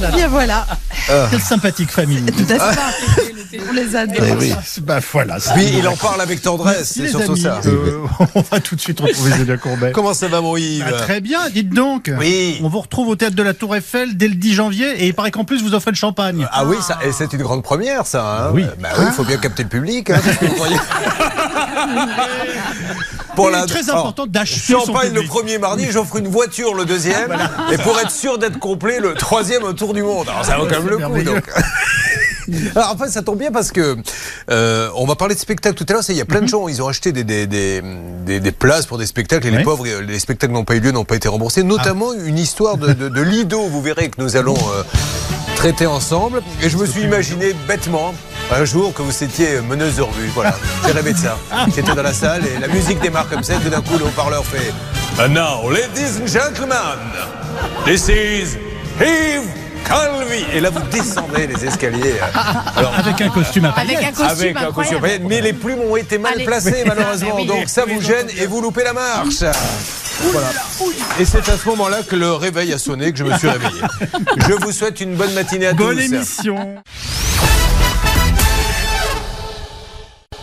là là. Et voilà, Quelle sympathique famille. tout à fait. On les adore. Eh oui. Bah voilà. c'est- Oui, il en parle avec tendresse, Merci, c'est les surtout amis. ça. Euh, on va tout de suite retrouver Zélia Courbet. Comment ça va, mon Yves Bah, très bien, dites donc. Oui. On vous retrouve au théâtre de la Tour Eiffel dès le 10 janvier et il paraît qu'en plus vous offrez le champagne. Ah oui, ça, et c'est une grande première, ça. hein. Oui. Bah oui, il faut bien capter le public. hein, qu'est-ce que vous croyez Pour Oh. Il est très important d'acheter Si son on parle le public. premier mardi, j'offre une voiture le deuxième, et pour être sûr d'être complet, le troisième autour du monde. Alors ça vaut quand même le C'est coup. merveilleux. Donc. Alors en fait, ça tombe bien parce que euh, on va parler de spectacle tout à l'heure. c'est- Il y a plein Mhm. de gens, ils ont acheté des, des, des, des- des places pour des spectacles et les Ouais. Ah. pauvres, euh, les spectacles n'ont pas eu lieu, n'ont pas été remboursés. Notamment une histoire de, de, de Lido, vous verrez que nous allons euh, traiter ensemble. Et je me suis imaginé bêtement. Un jour que vous étiez meneuse de revue, voilà. J'ai rêvé de ça. J'étais dans la salle et la musique démarre comme ça, et tout d'un coup le haut-parleur fait And now, ladies and gentlemen, this is Yves Calvi. Et là vous descendez les escaliers. hein. Alors, Avec un costume à Avec paillettes. un costume avec un costume. Ah, incroyable. Mais les plumes ont été mal Allez. placées, Ah, malheureusement. mais oui. Donc ça vous gêne et vous loupez la marche. Voilà. Et c'est à ce moment-là que le réveil a sonné, que je me suis réveillé. Je vous souhaite une bonne matinée à tous. Bonne émission.